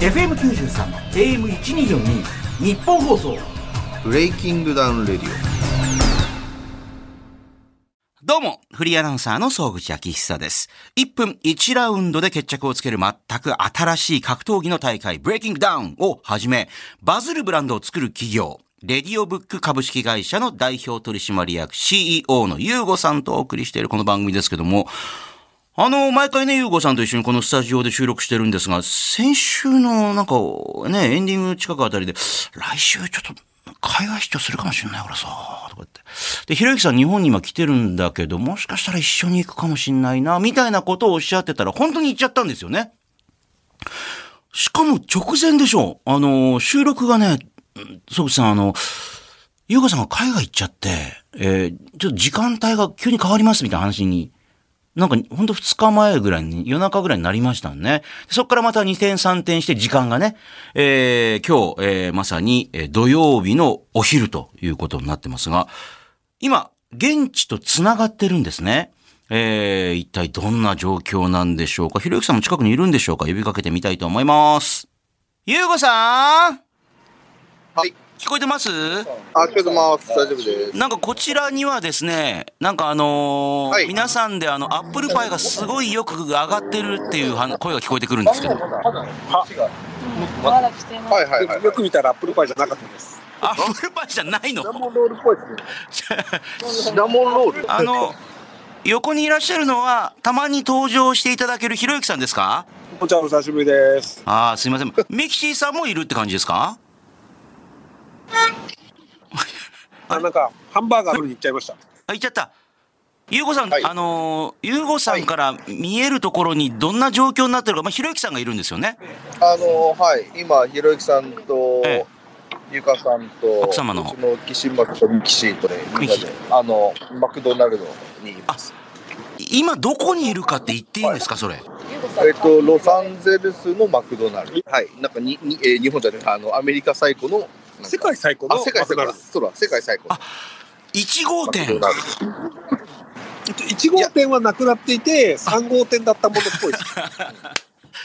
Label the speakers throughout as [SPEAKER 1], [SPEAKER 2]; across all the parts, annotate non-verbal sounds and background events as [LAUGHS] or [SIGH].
[SPEAKER 1] FM93 AM1242 日本放送
[SPEAKER 2] ブレイキングダウンレディ
[SPEAKER 3] どうも、フリーアナウンサーの総口昭久です。1分1ラウンドで決着をつける全く新しい格闘技の大会、ブレイキングダウンをはじめ、バズるブランドを作る企業、レディオブック株式会社の代表取締役 CEO のユーゴさんとお送りしているこの番組ですけども、あの、毎回ね、ゆうごさんと一緒にこのスタジオで収録してるんですが、先週の、なんか、ね、エンディング近くあたりで、来週ちょっと、海外出張するかもしれないからさ、とかって。で、ひろゆきさん日本に今来てるんだけど、もしかしたら一緒に行くかもしんないな、みたいなことをおっしゃってたら、本当に行っちゃったんですよね。しかも直前でしょ。あの、収録がね、うんそう口さん、あの、ゆうかさんが海外行っちゃって、えーちょっと時間帯が急に変わりますみたいな話に、なんかほんと2日前ぐらいに、夜中ぐらいになりましたね。そこからまた2点3点して時間がね、えー今日、えーまさに、えー土曜日のお昼ということになってますが、今、現地と繋がってるんですね。えー一体どんな状況なんでしょうか。ひろゆきさんも近くにいるんでしょうか呼びかけてみたいと思います。ゆうごさん
[SPEAKER 2] オはい
[SPEAKER 3] 聞こえてます
[SPEAKER 2] あ聞こえてます大丈夫です
[SPEAKER 3] なんかこちらにはですね、なんかあのー
[SPEAKER 2] はい
[SPEAKER 3] 皆さんであの、アップルパイがすごいよく上がってるっていうは声が聞こえてくるんですけど。
[SPEAKER 4] まだ来てない。
[SPEAKER 2] はいはいはい
[SPEAKER 5] よく見たらアップルパイじゃなかったです。
[SPEAKER 3] アップルパイじゃないの
[SPEAKER 5] シナモンロールっぽいですね。シナモンロール
[SPEAKER 3] あの、横にいらっしゃるのは、たまに登場していただけるひろゆきさんですか
[SPEAKER 5] こんにちは、お久しぶりです。
[SPEAKER 3] ああ、すいません。ミキシーさんもいるって感じですか
[SPEAKER 5] あ、なんか、ハンバーガー取りに行っちゃいました。
[SPEAKER 3] あ、行っちゃった。ゆうごさん、
[SPEAKER 2] はい
[SPEAKER 3] あのー、ゆうごさんから見えるところにどんな状況になってるか、まあ、ひろゆきさんがいるんですよね。
[SPEAKER 2] あのはい今ひろゆきさんと、
[SPEAKER 3] ええ
[SPEAKER 2] ゆかさんと
[SPEAKER 3] 奥様の
[SPEAKER 2] うちの岸巻とミキシーとでみんな
[SPEAKER 3] ミキ
[SPEAKER 2] であのマクドナルドにいます
[SPEAKER 3] 今どこにいるかって言っていいんですか、それ。
[SPEAKER 2] えっとロサンゼルスのマクドナルドはいなんかにに、えー日本じゃないあのアメリカ最古のなんか
[SPEAKER 5] 世界最高の
[SPEAKER 2] あ世界
[SPEAKER 5] マク
[SPEAKER 2] 最
[SPEAKER 5] ド
[SPEAKER 2] 古だ
[SPEAKER 5] ナルド
[SPEAKER 2] そうだ世界最古の
[SPEAKER 3] 1号
[SPEAKER 2] マク
[SPEAKER 3] 店
[SPEAKER 2] ド。ナルド
[SPEAKER 5] 1号店はなくなっていて、3号店だったものっぽいです。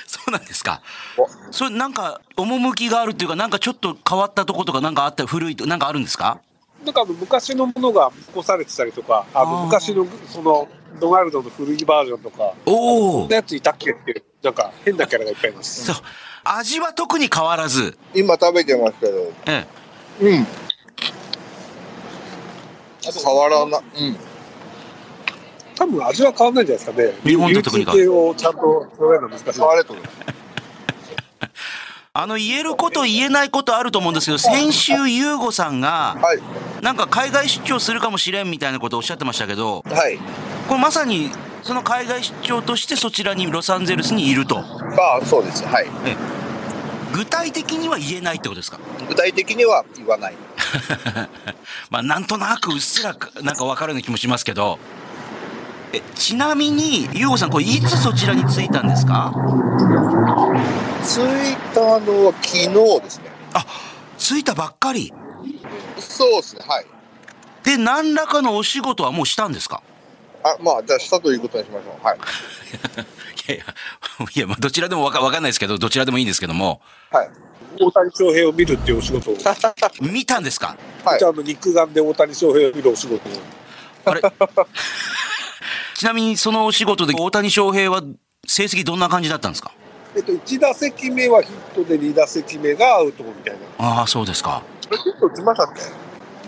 [SPEAKER 3] そうなんですか
[SPEAKER 2] お。
[SPEAKER 3] それなんか趣があるっていうか、なんかちょっと変わったとことか、なんかあった古いと、なんかあるんですか。
[SPEAKER 5] なんかあの、昔のものが残されてたりとか、あの
[SPEAKER 3] あー
[SPEAKER 5] 昔の、その、ドナルドの古いバージョンとか、
[SPEAKER 3] お
[SPEAKER 5] そ
[SPEAKER 3] お
[SPEAKER 5] んな。やついたっけっていう、なんか変なキャラがいっぱいいます。
[SPEAKER 3] そう。味は特に変わらず。
[SPEAKER 2] 今食べてますけど
[SPEAKER 3] ええ。
[SPEAKER 2] うん変わらなうん
[SPEAKER 5] 多分味は変わんないんじゃないですかね。
[SPEAKER 3] 日本と特に変わる
[SPEAKER 5] 流通系をちゃんと揃えるのは難しい。
[SPEAKER 2] 変われとる
[SPEAKER 3] あの言えること言えないことあると思うんですけど、先週ゆうごさんが。
[SPEAKER 2] はい
[SPEAKER 3] なんか海外出張するかもしれんみたいなことをおっしゃってましたけど、
[SPEAKER 2] はい
[SPEAKER 3] これまさに。その海外出張としてそちらにロサンゼルスにいると
[SPEAKER 2] まあそうですはい
[SPEAKER 3] 具体的には言えないってことですか
[SPEAKER 2] 具体的には言わない
[SPEAKER 3] [LAUGHS] まあなんとなくうっすらなんか分かるような気もしますけどえちなみにゆうごさんこれいつそちらに着いたんですか
[SPEAKER 2] 着いたのは昨日ですね
[SPEAKER 3] あ着いたばっかり
[SPEAKER 2] そうですねはい
[SPEAKER 3] で何らかのお仕事はもうしたんですか
[SPEAKER 2] あまあじゃあしたということにしましょうはい
[SPEAKER 3] いやいや [LAUGHS] いや、まあ、どちらでもわかわかんないですけどどちらでもいいんですけども
[SPEAKER 2] はい [LAUGHS]
[SPEAKER 5] 大谷翔平を見るっていうお仕事を。
[SPEAKER 3] 見たんですか
[SPEAKER 2] はい
[SPEAKER 5] じゃあ、あの肉眼で大谷翔平を見るお仕事を。
[SPEAKER 3] あれちなみにそのお仕事で大谷翔平は成績どんな感じだったんですか
[SPEAKER 5] えっと、1打席目はヒットで2打席目がアウトみたいな。
[SPEAKER 3] ああそうですか
[SPEAKER 2] 結構打ちましたっ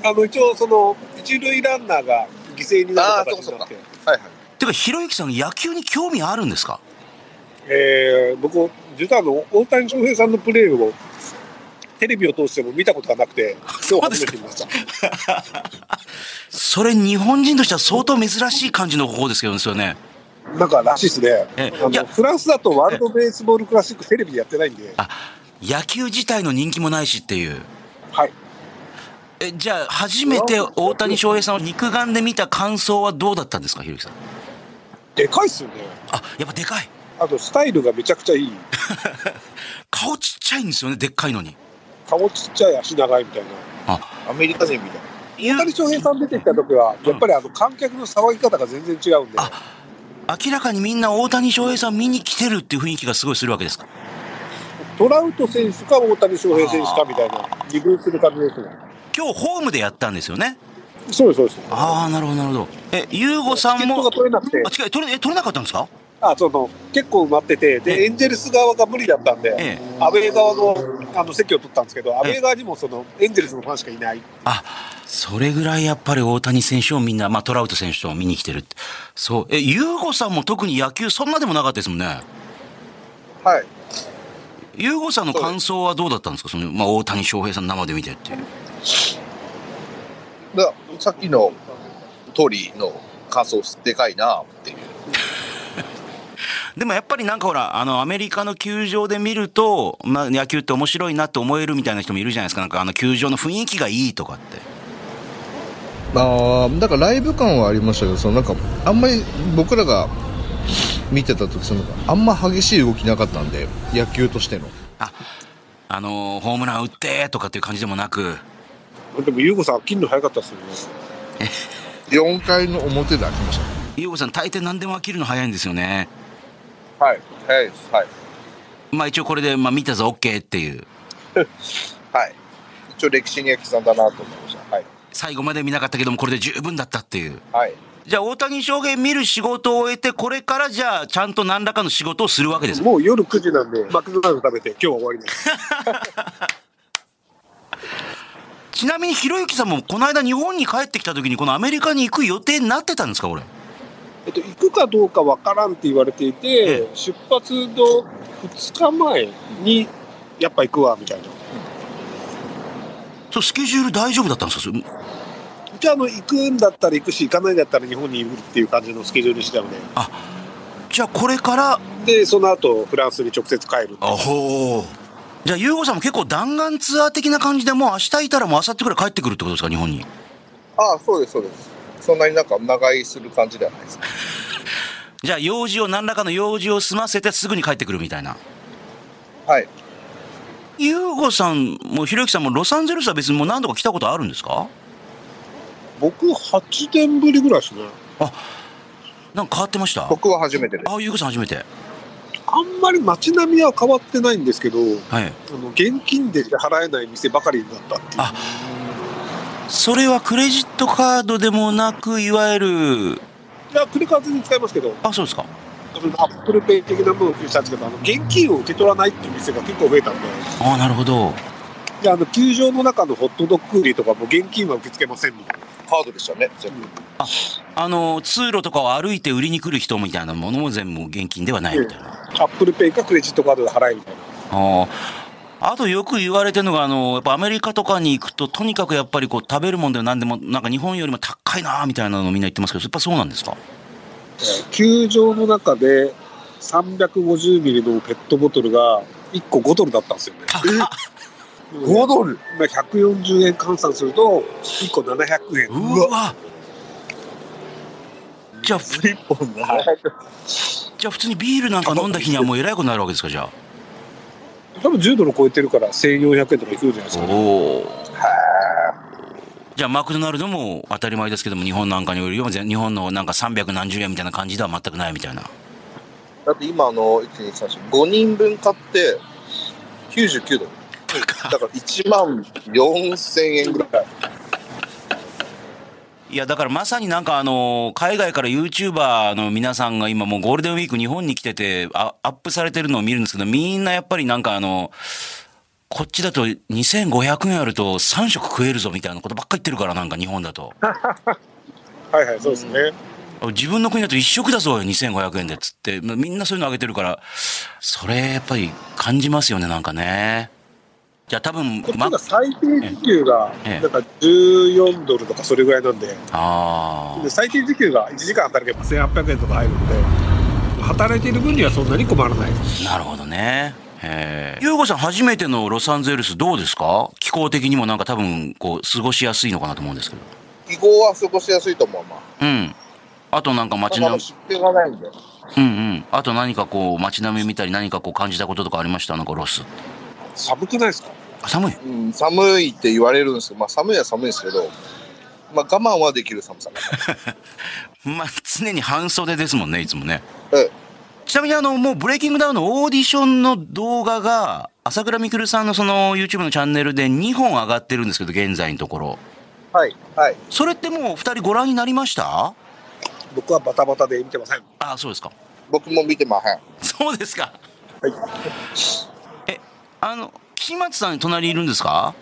[SPEAKER 2] け
[SPEAKER 5] あの、一応、その、一塁ランナーが犠牲になる
[SPEAKER 2] あー
[SPEAKER 5] 形
[SPEAKER 2] そう
[SPEAKER 5] に
[SPEAKER 2] か
[SPEAKER 5] なっ
[SPEAKER 2] そ
[SPEAKER 5] て
[SPEAKER 2] う。はいはい
[SPEAKER 3] てかひろゆきさん野球に興味あるんですか
[SPEAKER 5] えー、僕、実はあの、大谷翔平さんのプレーを、テレビを通しても見たことがなくて、今日初めて見ました。
[SPEAKER 3] それ日本人としては相当珍しい感じの方法ですけどねそれね
[SPEAKER 5] なんからしいですね。
[SPEAKER 3] ええ
[SPEAKER 5] あ
[SPEAKER 3] いや
[SPEAKER 5] の、フランスだとワールドベースボールクラシックテレビでやってないんで、
[SPEAKER 3] あ野球自体の人気もないしっていう
[SPEAKER 5] はい。
[SPEAKER 3] えじゃあ初めて大谷翔平さんを肉眼で見た感想はどうだったんですかひろゆきさん
[SPEAKER 5] でかいっすよね。
[SPEAKER 3] あやっぱでかい
[SPEAKER 5] あと、スタイルがめちゃくちゃいい。
[SPEAKER 3] 顔ちっちゃいんですよねでっかいのに
[SPEAKER 5] 顔ちっちゃい、足長いみたいな。
[SPEAKER 2] アメリカ人みたい
[SPEAKER 5] 大谷翔平さん出てきた時は、やっぱりあの観客の騒ぎ方が全然違うんで、
[SPEAKER 3] あ明らかにみんな大谷翔平さん見に来てるっていう雰囲気がすごいするわけですか
[SPEAKER 5] トラウト選手か大谷翔平選手かみたいな、二分する感じですね。
[SPEAKER 3] 今日ホームでやったんですよね。
[SPEAKER 5] そうです、そうです。
[SPEAKER 3] ああ、なるほど、なるほど。え、ゆうごさ
[SPEAKER 5] チケ
[SPEAKER 3] ん
[SPEAKER 5] ット
[SPEAKER 3] も
[SPEAKER 5] が、取れなくて
[SPEAKER 3] あ、、違う、取れ、え、取れなかったんですか
[SPEAKER 5] あその結構埋まって
[SPEAKER 3] え
[SPEAKER 5] て、
[SPEAKER 3] え
[SPEAKER 5] でエンゼルス側が無理だったんで、
[SPEAKER 3] ええ。
[SPEAKER 5] アウェー側のあの席を取ったんですけど、アウェー側にもそのエンゼルスのファンしかいない、
[SPEAKER 3] それぐらいやっぱり大谷選手をみんな、まあトラウト選手を見に来てるって。そう。え、ゆうごさんも特に野球そんなでもなかったですもんね。
[SPEAKER 2] はい。
[SPEAKER 3] ゆうごさんの感想はどうだったんですかその、まあ大谷翔平さん生で見てって。
[SPEAKER 2] ださっきの通りの感想でかいなっていう。
[SPEAKER 3] でもやっぱりなんかほら、あの、アメリカの球場で見ると、まあ野球って面白いなって思えるみたいな人もいるじゃないですか。なんかあの球場の雰囲気がいいとかって。
[SPEAKER 6] あーだからライブ感はありましたけどそのなんかあんまり僕らが見てた時そのあんま激しい動きなかったんで野球としての
[SPEAKER 3] あ、あのーホームラン打ってとかっていう感じでもなく、
[SPEAKER 5] でも、優子さん、切るの早かったですよね。
[SPEAKER 6] 4回の表で開きました
[SPEAKER 3] ゆうごさん大抵何でも飽きるの早いんですよね。
[SPEAKER 2] はい。はいです。はい。
[SPEAKER 3] まあ一応これで、まあ見たぞ、OK っていう。
[SPEAKER 2] はい。一応歴史に刻んだなと思いました。はい。
[SPEAKER 3] 最後まで見なかったけども、これで十分だったっていう。
[SPEAKER 2] はい。
[SPEAKER 3] じゃあ大谷翔平見る仕事を終えて、これからじゃあちゃんと何らかの仕事をするわけです。
[SPEAKER 5] もう夜9時なんで、マクドナルド食べて、今日は終わりです。
[SPEAKER 3] ちなみにひろゆきさんもこの間日本に帰ってきた時にこのアメリカに行く予定になってたんですかこれ。
[SPEAKER 5] えっと、行くかどうかわからんって言われていて、
[SPEAKER 3] え
[SPEAKER 5] 出発の2日前に、やっぱ行くわみたいな。
[SPEAKER 3] そうスケジュール大丈夫だったんですか。
[SPEAKER 5] じゃあ、あの行くんだったら行くし、行かないんだったら日本にいるっていう感じのスケジュールにしてたので、
[SPEAKER 3] じゃあこれから
[SPEAKER 5] で、その後フランスに直接帰る。
[SPEAKER 3] あほう。じゃあゆうごさんも結構弾丸ツアー的な感じでもう明日いたらもう明後日くらい帰ってくるってことですか日本に。
[SPEAKER 2] ああ、そうです、そうです。そんなになんか長居する感じではないです。
[SPEAKER 3] じゃあ用事を何らかの用事を済ませてすぐに帰ってくるみたいな。
[SPEAKER 2] はい。
[SPEAKER 3] ゆうごさんもひろゆきさんもロサンゼルスは別にもう何度か来たことあるんですか。
[SPEAKER 5] 僕、8年ぶりぐらいですね。
[SPEAKER 3] なんか変わってました。
[SPEAKER 2] 僕は初めてです。
[SPEAKER 3] あゆうごさん初めて。
[SPEAKER 5] あんまり街並みは変わってないんですけど、
[SPEAKER 3] はい。
[SPEAKER 5] あの現金で払えない店ばかりになったっていう。
[SPEAKER 3] あそれはクレジットカードでもなくいわゆる
[SPEAKER 5] いや、クレカは全然使えますけど、
[SPEAKER 3] あそうですか。
[SPEAKER 5] アップルペイ的なものを普及したんですけど、あの現金を受け取らないっていう店が結構増えたんで、
[SPEAKER 3] ああなるほど。
[SPEAKER 5] であの球場の中のホットドッグ売りとかも現金は受け付けませんみたいな。
[SPEAKER 2] カードでしたね、全部。
[SPEAKER 3] あの通路とかを歩いて売りに来る人みたいなものも全部現金ではないみたいな。
[SPEAKER 5] アップルペイかクレジットカードで払えみたいな。
[SPEAKER 3] あああとよく言われてるのがあのやっぱアメリカとかに行くととにかくやっぱりこう食べるもんでも何でもなんか日本よりも高いなみたいなのをみんな言ってますけどやっぱそうなんですか。
[SPEAKER 5] 球場の中で350ミリのペットボトルが1個5ドルだったんですよね。5ドル ?140 円換算すると1個700円。
[SPEAKER 3] うわ。じゃあふ
[SPEAKER 2] 一本な。
[SPEAKER 3] じゃあ普通にビールなんか飲んだ日にはもうえらいことになるわけですかじゃあ。
[SPEAKER 5] 多分10ドル超えてるから1400円とかいくんじゃないですか、ね。
[SPEAKER 3] おお。じゃあマクドナルドも当たり前ですけども日本なんかによりは全日本のなんか300何十円みたいな感じでは全くないみたいな。
[SPEAKER 2] だって今あの、1、2、3、4、5人分買って、99ドル。だから1万4000円ぐらい。
[SPEAKER 3] いやだからまさになんかあの海外から YouTuber の皆さんが今もうゴールデンウィーク日本に来ててあアップされてるのを見るんですけどみんなやっぱりなんかあのこっちだと2500円あると3食食えるぞみたいなことばっかり言ってるからなんか日本だと
[SPEAKER 5] はいはい、そうですね。
[SPEAKER 3] 自分の国だと1食だぞよ2500円でっつってまあみんなそういうのあげてるからそれやっぱり感じますよねなんかねじゃあ多分
[SPEAKER 5] こっち
[SPEAKER 3] ま
[SPEAKER 5] が最低時給が
[SPEAKER 3] ええ
[SPEAKER 5] なんか14ドルとかそれぐらいなんで、
[SPEAKER 3] あ
[SPEAKER 5] で最低時給が1時間働けば1800円とか入るので、働いている分にはそんなに困らないです。
[SPEAKER 3] あなるほどねええ優子さん初めてのロサンゼルスどうですか気候的にもなんか多分こう過ごしやすいのかなと思うんですけど
[SPEAKER 2] 記号は過ごしやすいと思う。ま
[SPEAKER 3] う
[SPEAKER 2] あ、
[SPEAKER 3] んあとなんか街
[SPEAKER 2] あ
[SPEAKER 3] な
[SPEAKER 2] の出店がないんで。
[SPEAKER 3] うんうんあと何かこう街並み見たり何かこう感じたこととかありましたなんかロス
[SPEAKER 5] 寒くないですか
[SPEAKER 3] あ寒い
[SPEAKER 2] うん、寒いって言われるんですけど、まあ寒いは寒いんですけど、まあ我慢はできる寒さ。
[SPEAKER 3] まあ常に半袖ですもんねいつもねちなみにあの、もうブレイキングダウンのオーディションの動画が、朝倉未来さんのその YouTube のチャンネルで2本上がってるんですけど、現在のところ。
[SPEAKER 2] はい、はい。
[SPEAKER 3] それってもう2人ご覧になりました
[SPEAKER 5] 僕はバタバタで見てません。
[SPEAKER 3] ああ、そうですか。
[SPEAKER 2] 僕も見てまへん。
[SPEAKER 3] そうですか。
[SPEAKER 5] はい。
[SPEAKER 3] え、あの、岸松さん隣いるんですか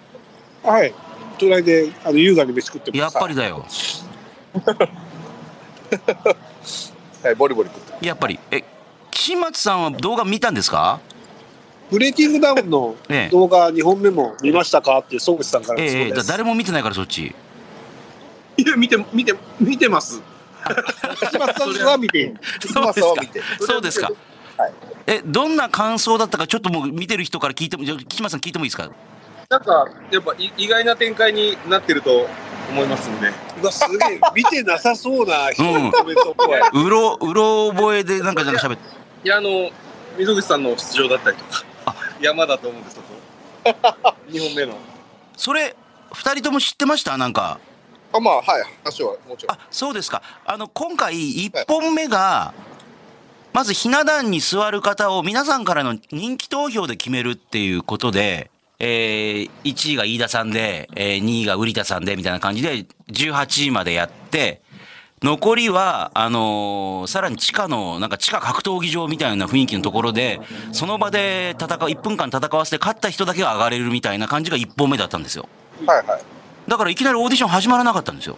[SPEAKER 5] はい。隣で、あの、優雅に飯食ってます。
[SPEAKER 3] やっぱりだよ。
[SPEAKER 2] はい、ボリボリ食って。
[SPEAKER 3] やっぱり。え、岸松さんは動画見たんですか
[SPEAKER 5] ブレイキングダウンの
[SPEAKER 3] ええ
[SPEAKER 5] 動画2本目も見ましたかっていう総口さんから
[SPEAKER 3] え
[SPEAKER 5] の質
[SPEAKER 3] ええ
[SPEAKER 5] 問
[SPEAKER 3] え、
[SPEAKER 5] で
[SPEAKER 3] だ
[SPEAKER 5] す。
[SPEAKER 3] 誰も見てないからそっち。
[SPEAKER 7] いや見て見て見てます
[SPEAKER 5] 岸松さんは見ていい。
[SPEAKER 2] 今さは見て。
[SPEAKER 3] [LAUGHS] そうですか。
[SPEAKER 2] はい
[SPEAKER 3] え、どんな感想だったか、ちょっともう見てる人から聞いても、じゃあ、木島さん聞いてもいいですか。
[SPEAKER 7] なんかやっぱい意外な展開になってると思いますんで
[SPEAKER 5] うわすげえ。見てなさそうな人
[SPEAKER 3] うん
[SPEAKER 5] のコメントっぽい。
[SPEAKER 3] うろ、うろ覚えで、なんか、なんか喋って。
[SPEAKER 7] [LAUGHS] いやあの溝口さんの出場だったりとか山だと思うんですそこ二本目の
[SPEAKER 3] それ、二人とも知ってました、なんか。
[SPEAKER 2] あまあ、はい、話はもちろん。
[SPEAKER 3] あ、そうですか。あの、今回、一本目が。まずひな壇に座る方を皆さんからの人気投票で決めるっていうことで、えー、1位が飯田さんで、えー、2位が瓜田さんで、みたいな感じで、18位までやって、残りは、あのーさらに地下の、なんか地下格闘技場みたいな雰囲気のところで、その場で戦う、1分間戦わせて勝った人だけが上がれるみたいな感じが1本目だったんですよ。
[SPEAKER 2] はい、は
[SPEAKER 3] だからいきなりオーディション始まらなかったんですよ。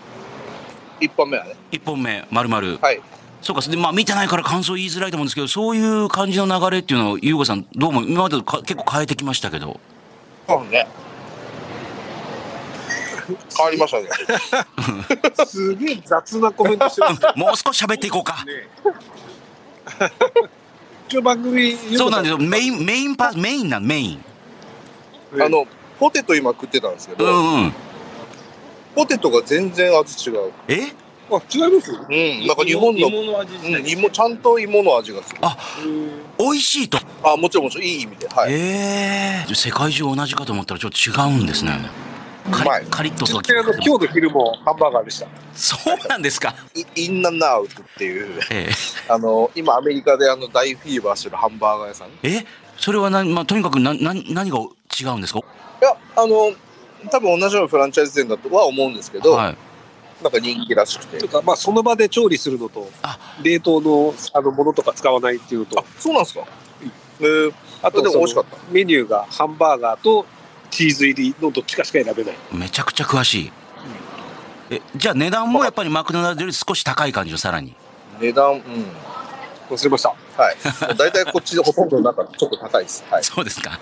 [SPEAKER 2] い。一本目はね。
[SPEAKER 3] 1本目、丸々。
[SPEAKER 2] はい。
[SPEAKER 3] そうか、で、まあ見てないから感想言いづらいと思うんですけど、そういう感じの流れっていうのを、ゆうごさん、どうも今までとか結構変えてきましたけど。 [LAUGHS]
[SPEAKER 2] そうね。 [LAUGHS] 変わりましたね。
[SPEAKER 5] すげえ雑なコメントし
[SPEAKER 7] [LAUGHS]
[SPEAKER 5] てます。
[SPEAKER 3] もう少し喋っていこうか。
[SPEAKER 5] 一応番組、
[SPEAKER 3] そうなんですよ。メイン、メインパー、メインなん、メイン。
[SPEAKER 2] あの、ポテト今食ってたんですけ
[SPEAKER 3] う
[SPEAKER 2] ど、
[SPEAKER 3] んうん。
[SPEAKER 2] ポテトが全然味違う。
[SPEAKER 3] え
[SPEAKER 5] あ、違います
[SPEAKER 2] うん、なんか日本の、
[SPEAKER 7] 芋の味自
[SPEAKER 2] うん、
[SPEAKER 7] 体
[SPEAKER 2] 芋、ちゃんと芋の味がする。
[SPEAKER 3] 美味しいと。
[SPEAKER 2] あ、もちろんもちろん、いい意味で。はい。
[SPEAKER 3] ええ世界中同じかと思ったらちょっと違うんですね。カ
[SPEAKER 2] うま
[SPEAKER 3] リ
[SPEAKER 2] い
[SPEAKER 3] カリッと
[SPEAKER 5] 実
[SPEAKER 3] と。
[SPEAKER 5] 際あの今日の昼もハンバーガーでした。
[SPEAKER 3] そうなんですか。
[SPEAKER 2] イインナンアウトっていう、
[SPEAKER 3] え
[SPEAKER 2] あの、今アメリカであの、大フィーバーしてるハンバーガー屋さん。い
[SPEAKER 3] ええそれはな、まあ、とにかくな、な、何が違うんですか
[SPEAKER 2] や、あの、多分同じようなフランチャイズ店だとは思うんですけど、
[SPEAKER 3] はい。
[SPEAKER 2] なんか人気らしくて
[SPEAKER 5] と。いうか、まあ、その場で調理するのと
[SPEAKER 3] あ、
[SPEAKER 5] 冷凍のあのものとか使わないっていうのと、
[SPEAKER 2] そうなんですかえー、
[SPEAKER 5] あと
[SPEAKER 2] でも
[SPEAKER 5] その
[SPEAKER 2] 美味しかった
[SPEAKER 5] メニューがハンバーガーとチーズ入りのどっちかしか選べない。
[SPEAKER 3] めちゃくちゃ詳しい。え、じゃあ値段もやっぱりマクドナルドより少し高い感じの、さらに。
[SPEAKER 2] 値段、うん。
[SPEAKER 5] 忘れました。
[SPEAKER 2] はい。 [LAUGHS] 大体こっちでほとんどなんかちょっと高いです。
[SPEAKER 3] [LAUGHS]
[SPEAKER 2] はい。
[SPEAKER 3] そうですか。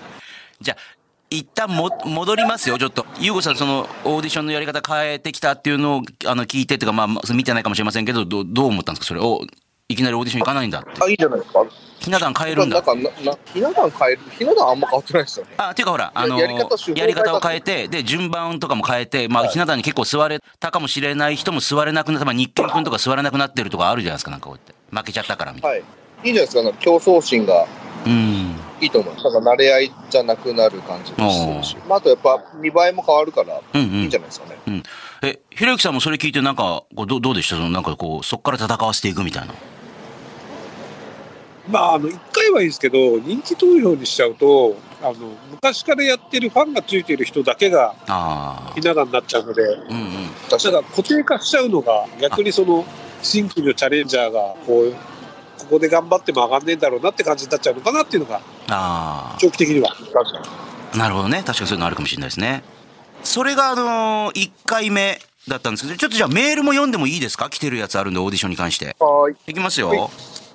[SPEAKER 3] じゃあ、一旦も、戻りますよ、ちょっと。ゆうごさん、その、オーディションのやり方変えてきたっていうのを、あの、聞いてっていうか、まあまあ、見てないかもしれませんけど、どう、どう思ったんですかそれを、おいきなりオーディション行かないんだって。
[SPEAKER 2] あ、いいじゃないですか。
[SPEAKER 3] ひな壇変えるんだ
[SPEAKER 2] なん。か、な、な、ひな壇変える、ひな壇あんま変わってないですよね。
[SPEAKER 3] あ、ていうかほら、あの
[SPEAKER 2] やり方手法を変えた
[SPEAKER 3] やり方を変えて、で、順番とかも変えて、まあ、ひな壇に結構座れたかもしれない人も座れなくなった、まあ、日健君とか座れなくなってるとかあるじゃないですか、なんかこうやって。負けちゃったからみたい
[SPEAKER 2] はい。いいじゃないですか。なんか競争心が
[SPEAKER 3] な。うん。
[SPEAKER 2] いいと思います。なんか慣れ合いじゃなくなる感じもするし。まあ、あとやっぱ見栄えも変わるから、
[SPEAKER 3] うんう
[SPEAKER 2] いい
[SPEAKER 3] ん
[SPEAKER 2] んじ。ゃないですかね。
[SPEAKER 3] うん。え、ひろゆきさんもそれ聞いて、なんか、こうどうどうでしたそのなんかこう、そっから戦わせていくみたいな。
[SPEAKER 5] まあ、あの、一回はいいんですけど、人気投票にしちゃうと、あの、昔からやってるファンがついてる人だけが
[SPEAKER 3] ああ
[SPEAKER 5] ひ。な壇になっちゃうので、
[SPEAKER 3] うんうん。
[SPEAKER 2] 確
[SPEAKER 5] た
[SPEAKER 2] かに。
[SPEAKER 5] だ固定化しちゃうのが、逆にその、新規のチャレンジャーが、こう、ここで頑張っても上がんねえんだろうなって感じになっちゃうのかなっていうのが、
[SPEAKER 3] あ
[SPEAKER 5] 長期的には。
[SPEAKER 2] 確かに。
[SPEAKER 3] あ。なるほどね。確かにそういうのあるかもしれないですね。それが、あのー、1回目だったんですけど、ちょっとじゃあメールも読んでもいいですか来てるやつあるんで、オーディションに関して。
[SPEAKER 2] はーい。
[SPEAKER 3] いきますよ。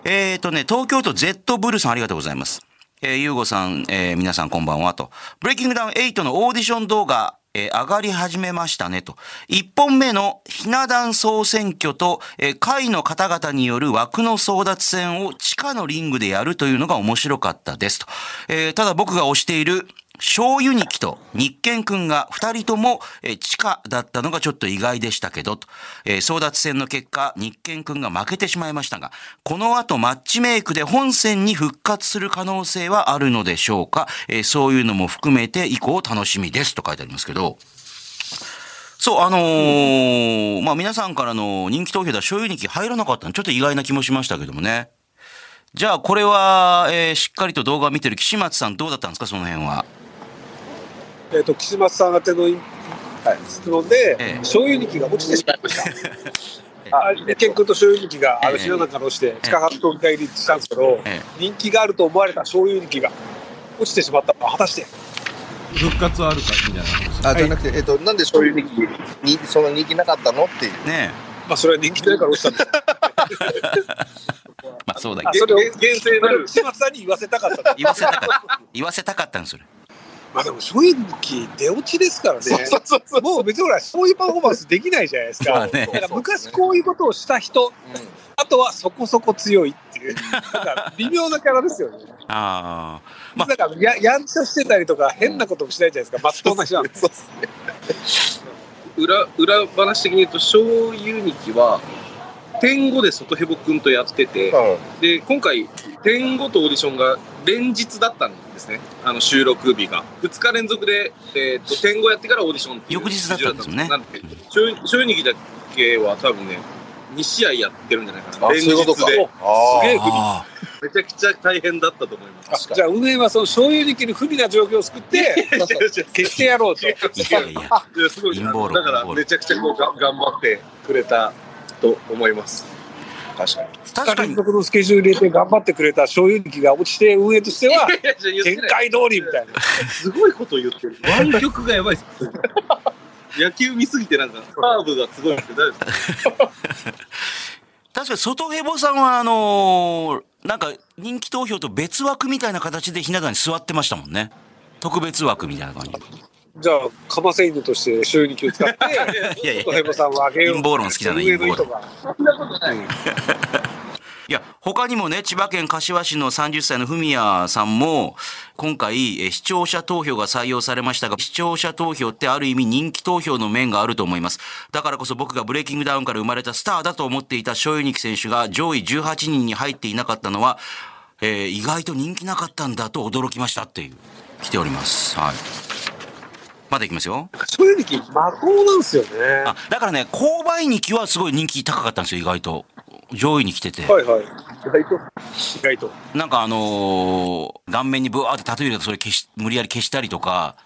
[SPEAKER 3] えっ、とね、東京都 Z ブルーさんありがとうございます。えー、ゆうごさん、えー皆さんこんばんはと。ブレイキングダウン8のオーディション動画、えー上がり始めましたねと。1本目のひな壇総選挙と、えー会の方々による枠の争奪戦を地下のリングでやるというのが面白かったですと。えーただ僕が推している醤油ニキと日健くんが二人とも、えー地下だったのがちょっと意外でしたけど、とえー争奪戦の結果、日健くんが負けてしまいましたが、この後マッチメイクで本戦に復活する可能性はあるのでしょうか、えーそういうのも含めて以降楽しみですと書いてありますけど、そう、あのーまあ皆さんからの人気投票では醤油ニキ入らなかったのちょっと意外な気もしましたけどもね。じゃあこれは、えーしっかりと動画を見てる岸松さんどうだったんですかその辺は。
[SPEAKER 5] えっ、と、岸松さん宛てのイン、はい、質問で、
[SPEAKER 3] ええ
[SPEAKER 5] 醤油力が落ちてしまい
[SPEAKER 3] [LAUGHS]
[SPEAKER 5] ました。
[SPEAKER 3] え
[SPEAKER 5] あで健君と醤油力が
[SPEAKER 3] ええ
[SPEAKER 5] 嵐の中の落ちて地下発動会入りしたんですけど、
[SPEAKER 3] ええ
[SPEAKER 5] 人気があると思われた醤油力が落ちてしまったのは果たして
[SPEAKER 8] 復活はあるかみたいな話
[SPEAKER 6] あじゃなくて、えっと、
[SPEAKER 2] なんで醤油人気にそんな人気なかったのっていう
[SPEAKER 3] ね
[SPEAKER 5] まあそれは人気ないから落ちたんです
[SPEAKER 3] え。まあそうだ
[SPEAKER 5] あ
[SPEAKER 3] けど。
[SPEAKER 5] それを厳正なる [LAUGHS] 島津さんに言わせたかったんだ
[SPEAKER 3] 言わせたかった。言わせたかったんですよ。
[SPEAKER 5] まあでも醤油力出落ちですからねもう別にほら醤油パフォーマンスできないじゃないです
[SPEAKER 3] まあ
[SPEAKER 5] か
[SPEAKER 3] ね
[SPEAKER 5] だから昔こういうことをした人あとはそこそこ強いっていうなんか微妙なキャラですよね
[SPEAKER 3] ああ。ま
[SPEAKER 5] なんかややんちゃしてたりとか変なこともしないじゃないですかまっとうな人なんで
[SPEAKER 7] [LAUGHS] 裏裏話的に言うと醤油にきは点5で外ヘボくんとやってて、で今回点5とオーディションが連日だったんですねあの収録日が2日連続で、えー、と点5やってからオーディションっていう
[SPEAKER 3] 翌日だったんですよね
[SPEAKER 7] なんで醤油醤油にきだけは多分ね2試合やってるんじゃないかな
[SPEAKER 2] あ
[SPEAKER 7] 連日で
[SPEAKER 2] そういうことか
[SPEAKER 7] すげえ
[SPEAKER 3] あ
[SPEAKER 7] めちゃくちゃ大変だったと思います
[SPEAKER 5] じゃあ運営はその醤油力に不利な状況を作って決してやろうと
[SPEAKER 3] ーいやいやいや。
[SPEAKER 7] いやすごい
[SPEAKER 3] 陰謀論
[SPEAKER 7] だか
[SPEAKER 3] 陰
[SPEAKER 7] ら
[SPEAKER 3] 謀論
[SPEAKER 7] めちゃくちゃこうが頑張ってくれたと思い
[SPEAKER 3] [LAUGHS]
[SPEAKER 7] ます
[SPEAKER 2] 確かに
[SPEAKER 3] 確か
[SPEAKER 5] 連
[SPEAKER 3] に。
[SPEAKER 5] 続のスケジュール入れて頑張ってくれた醤油力が落ちて運営としては限界通りみたいな
[SPEAKER 7] すごいこと言
[SPEAKER 3] [LAUGHS]
[SPEAKER 7] ってる
[SPEAKER 8] 湾曲がやばいっす
[SPEAKER 7] 野球見すぎてなんかカーブがすごいって大丈夫
[SPEAKER 3] 確かに外ヘボさんはあのーなんか人気投票と別枠みたいな形でひな壇に座ってましたもんね。特別枠みたいな感じ。
[SPEAKER 5] じゃあかませ犬として醤油力を使って
[SPEAKER 3] [LAUGHS] いやいや
[SPEAKER 5] ヘボさんをあげよう
[SPEAKER 3] 陰謀論好きだな
[SPEAKER 5] 運営の
[SPEAKER 3] 陰謀
[SPEAKER 5] 人
[SPEAKER 3] 論
[SPEAKER 5] が
[SPEAKER 3] いや、他にもね、千葉県柏市の30歳のフミヤさんも、今回、えー視聴者投票が採用されましたが、視聴者投票ってある意味人気投票の面があると思います。だからこそ僕がブレイキングダウンから生まれたスターだと思っていたショユニキ選手が上位18人に入っていなかったのは、えー意外と人気なかったんだと驚きましたっていう、来ております。はい。まだいきますよ。
[SPEAKER 5] 醤油力魔法なんですよね
[SPEAKER 3] あ、だからね、購買ニキはすごい人気高かったんですよ、意外と。上位に来てて。
[SPEAKER 5] はいはい意外と意外と
[SPEAKER 3] なんかあのー顔面にブワーってタトゥー入れてそれ消し、無理やり消したりとか、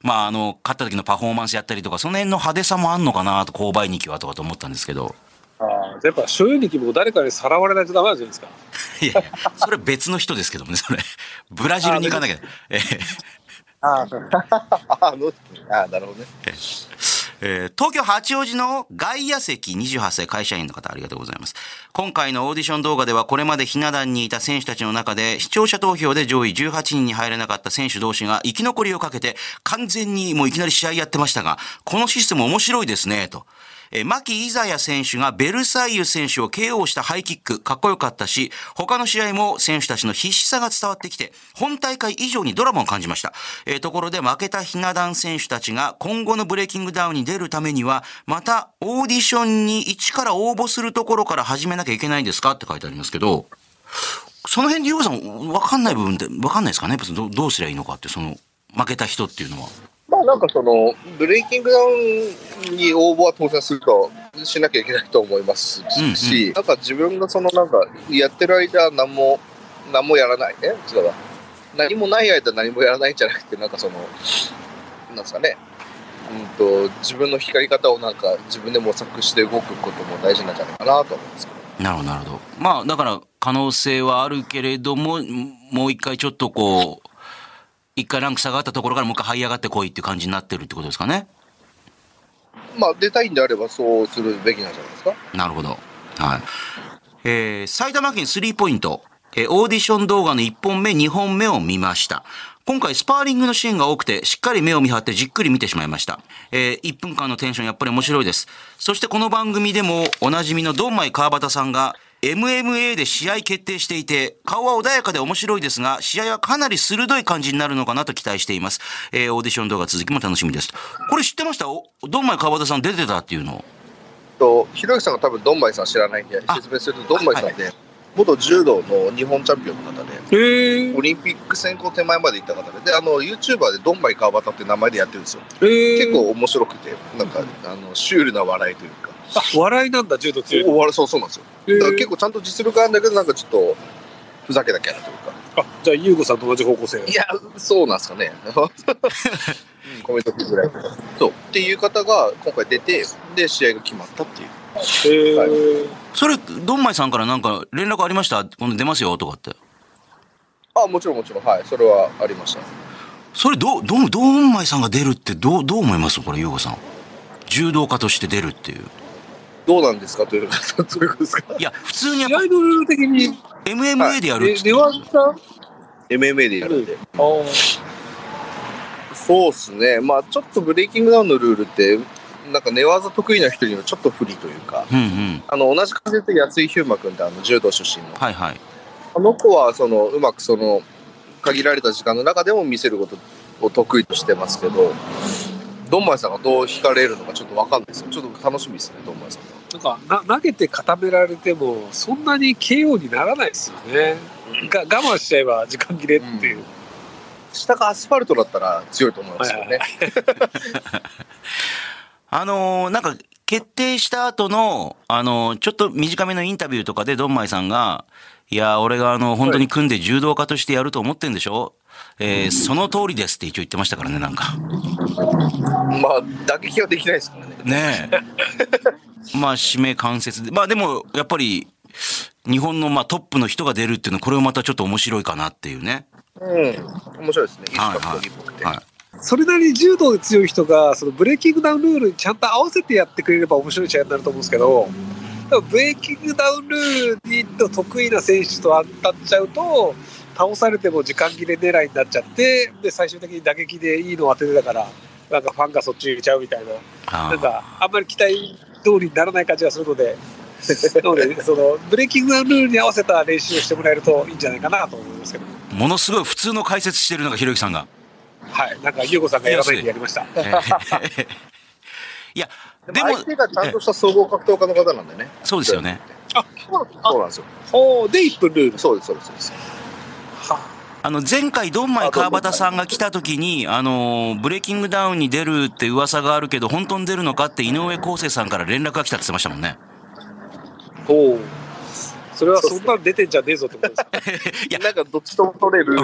[SPEAKER 3] まああの、勝った時のパフォーマンスやったりとか、その辺の派手さもあんのかなと、購買人気はとかと思ったんですけど、
[SPEAKER 5] ああやっぱ醤油力も誰かにさらわれないとダメなんじゃないですか
[SPEAKER 3] いやいや、それ別の人ですけどもね、それ。ブラジルに行かなきゃ。ええ
[SPEAKER 2] あのあなるほどね
[SPEAKER 3] えー東京八王子の外野席28歳会社員の方ありがとうございます。今回のオーディション動画ではこれまでひな壇にいた選手たちの中で視聴者投票で上位18人に入れなかった選手同士が生き残りをかけて完全にもういきなり試合やってましたが、このシステム面白いですね、と。えー、牧伊ザヤ選手がベルサイユ選手を KO したハイキック、かっこよかったし、他の試合も選手たちの必死さが伝わってきて、本大会以上にドラマを感じました。えーところで負けたひな壇選手たちが今後のブレイキングダウンに出るためには、またオーディションに一から応募するところから始めなきゃいけないんですかって書いてありますけど、その辺で、ゆうさん、わかんない部分って、わかんないですかね別にどどうすりゃいいのかって、その、負けた人っていうのは。
[SPEAKER 2] まあなんかそのブレイキングダウンに応募は当然するとしなきゃいけないと思いますし、
[SPEAKER 3] うん
[SPEAKER 2] なんか自分がそのなんかやってる間何も何もやらないえ違うわ何もない間何もやらないんじゃなくてなんかそのなんですかねうんと自分の光り方をなんか自分で模索して動くことも大事なんじゃないかなと思うんですけど
[SPEAKER 3] なるほど、なるほど。まあ、だから、可能性はあるけれども、んもう一回ちょっとこう、一回ランク下がったところからもう一回這い上がってこいっていう感じになってるってことですかね。
[SPEAKER 2] まあ出たいんであればそうするべきなんじゃないですか
[SPEAKER 3] なるほど。はい。えー埼玉県スリーポイント、えーオーディション動画の1本目、2本目を見ました。今回スパーリングのシーンが多くて、しっかり目を見張ってじっくり見てしまいました。え1分間のテンションやっぱり面白いです。そしてこの番組でもおなじみのドンマイ川端さんが、MMA で試合決定していて、顔は穏やかで面白いですが、試合はかなり鋭い感じになるのかなと期待しています。えーオーディション動画続きも楽しみです。これ知ってましたおドンマイ川端さん出てたっていうのを。
[SPEAKER 2] と、ひろゆきさんが多分ドンマイさん知らないんで、
[SPEAKER 3] あ
[SPEAKER 2] 説明すると、ドンマイさんって、元柔道の日本チャンピオンの方で、
[SPEAKER 5] へえ
[SPEAKER 2] オリンピック選考手前まで行った方で、で、あの、YouTuber でドンマイ川端って名前でやってるんですよ。
[SPEAKER 5] 結
[SPEAKER 2] 結構面白くて、なんか、あの、シュールな笑いというか、
[SPEAKER 5] あ笑いなんだ柔道強い
[SPEAKER 2] 終わるそうそうなんですよ。だから結構ちゃんと実力あるんだけど、なんかちょっと、ふざけたキャラというか。
[SPEAKER 5] あじゃあ、ゆうごさんと同じ方向性。
[SPEAKER 2] いや、そうなんですかね。コメントぐらい。そう。っていう方が今回出て、で、試合が決まったっていう。
[SPEAKER 5] へー
[SPEAKER 2] はい
[SPEAKER 3] それ、ドンマイさんからなんか連絡ありました今度出ますよとかって。
[SPEAKER 2] あ、もちろんもちろん。はい。それはありました。
[SPEAKER 3] それ、どう、どう、ドンマイさんが出るってどう、どう思いますこれ、ゆうごさん。柔道家として出るっていう。
[SPEAKER 2] どうなんですかというか、 [LAUGHS] どういうことですか
[SPEAKER 3] いや、普通にやっ
[SPEAKER 7] 試合のルール的に、
[SPEAKER 3] ぱ MMA でやるっ
[SPEAKER 7] え
[SPEAKER 3] つって
[SPEAKER 7] 寝技
[SPEAKER 2] ?MMA でやるんで。
[SPEAKER 7] あー
[SPEAKER 2] そうっすね。まあちょっとブレイキングダウンのルールって、なんか寝技得意な人にはちょっと不利というか、
[SPEAKER 3] うんうん。
[SPEAKER 2] あの、同じ風と安井ヒューマ君ってあの、柔道出身の。
[SPEAKER 3] はいはい。
[SPEAKER 2] あの子はそのうまくその限られた時間の中でも見せることを得意としてますけど、ドンマイさんがどう惹かれるのかちょっとわかんないですよ。ちょっと楽しみですね、ドンマイさんは。
[SPEAKER 5] なんかな投げて固められてもそんなに KO にならないですよね、が我慢しちゃえば時間切れっていう、
[SPEAKER 2] 下がアスファルトだったら強いと思いますよね。
[SPEAKER 3] あのーなんか、決定した後の、あのーちょっと短めのインタビューとかでドンマイさんが、いやー、俺があの、本当に組んで柔道家としてやると思ってんでしょえーその通りですって一応言ってましたからね、なんか。
[SPEAKER 2] まあ、打撃はできないですからね。
[SPEAKER 3] ねえ。 [LAUGHS] まあ、指名関節で。まあでも、やっぱり、日本のまあトップの人が出るっていうのは、これもまたちょっと面白いかなっていうね。
[SPEAKER 2] うん。面白いですね。いつ
[SPEAKER 3] はい
[SPEAKER 2] か
[SPEAKER 3] はい
[SPEAKER 2] 格闘技っぽくて。
[SPEAKER 3] はい。
[SPEAKER 5] それなりに柔道で強い人がそのブレーキングダウンルールにちゃんと合わせてやってくれれば面白い試合になると思うんですけどでもブレーキングダウンルールにの得意な選手と当たっちゃうと倒されても時間切れ狙いになっちゃってで最終的に打撃でいいのを当ててたからなんかファンがそっちに入れちゃうみたいな。
[SPEAKER 3] あ
[SPEAKER 5] なん
[SPEAKER 3] ー
[SPEAKER 5] かあんまり期待通りにならない感じがするので、なのでそのブレーキングダウンルールに合わせた練習をしてもらえるといいんじゃないかなと思いますけど、
[SPEAKER 3] ものすごい普通の解説してるのがひろゆきさん
[SPEAKER 2] [LAUGHS]
[SPEAKER 3] が。
[SPEAKER 5] はい、なんか優子さんがやらないでやりました。
[SPEAKER 3] えーいや、で
[SPEAKER 2] でも
[SPEAKER 3] も、
[SPEAKER 2] 相手がちゃんとした総合格闘家の方なんでね。
[SPEAKER 3] そうですよね。
[SPEAKER 2] そうなんですよ。
[SPEAKER 5] おーで1分ルール。
[SPEAKER 2] そうです、そうですそうです。
[SPEAKER 3] あの、前回、ドンマイ川端さんが来た時に、あのー、ブレイキングダウンに出るって噂があるけど、本当に出るのかって井上康生さんから連絡が来たって言ってましたもんね。
[SPEAKER 5] おーそれはそんなの出てんじゃねえぞってことですか、
[SPEAKER 3] や
[SPEAKER 2] なんかどっちとも取れる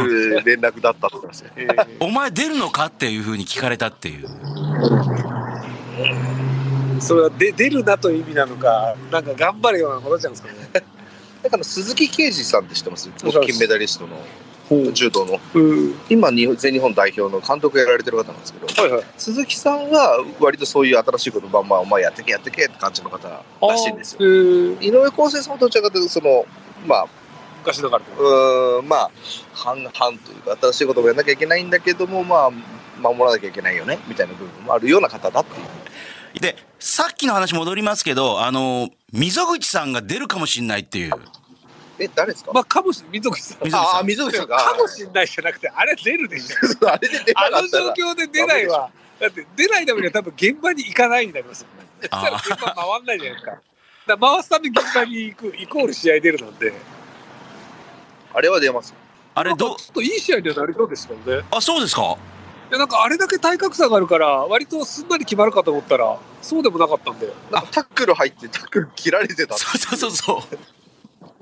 [SPEAKER 2] 連絡だったって言ってましたね。
[SPEAKER 5] えー
[SPEAKER 3] お前出るのかっていうふうに聞かれたっていう。
[SPEAKER 5] [LAUGHS] それはで出るなという意味なのか、なんか頑張れようなことじゃないですかね。
[SPEAKER 2] だから鈴木啓司さんって知ってます
[SPEAKER 5] そうそう
[SPEAKER 2] 金メダリストの
[SPEAKER 5] ほ
[SPEAKER 2] 柔道の。
[SPEAKER 5] うん、
[SPEAKER 2] 今日本全日本代表の監督やられてる方なんですけど、
[SPEAKER 5] はいはい。
[SPEAKER 2] 鈴木さんが割とそういう新しいことバンバンお前やってけやってけって感じの方らしいんですよ。
[SPEAKER 5] あー。えー
[SPEAKER 2] 井上康生さんはどちらかというとそのまあ
[SPEAKER 5] 昔ながらの
[SPEAKER 2] うーんまあ半々というか新しいこともやんなきゃいけないんだけどもまあ守らなきゃいけないよねみたいな部分もあるような方だっていう。
[SPEAKER 3] で、さっきの話戻りますけど、あのー、溝口さんが出るかもしんないっていう。
[SPEAKER 2] え誰ですか？
[SPEAKER 5] まあ、かもしれない。水口さん。
[SPEAKER 3] 溝口
[SPEAKER 2] あ
[SPEAKER 3] さ
[SPEAKER 2] あ
[SPEAKER 3] ん。
[SPEAKER 2] 溝口さんが。
[SPEAKER 5] かもしれないじゃなくて、あれ出るでしょ。
[SPEAKER 2] あれで出な
[SPEAKER 5] あ
[SPEAKER 2] か
[SPEAKER 5] の
[SPEAKER 2] ったら。
[SPEAKER 5] 状況で出ないわ。だって出ないためには多分現場に行かないになりますよね。そした
[SPEAKER 3] あ
[SPEAKER 5] ら現場回んないじゃないですか。だから回すために現場に行く、イコール試合出るなんで。
[SPEAKER 2] あれは出ます。
[SPEAKER 3] あれ、
[SPEAKER 5] な
[SPEAKER 3] ど
[SPEAKER 5] んか、ちょっといい試合にはなりそうですもんね。い
[SPEAKER 3] あ、そうですか
[SPEAKER 5] や、なんかあれだけ体格差があるから、割とすんなり決まるかと思ったら、そうでもなかったんで。
[SPEAKER 2] なんかタックル入ってタックル切られてた。
[SPEAKER 3] そうそうそうそ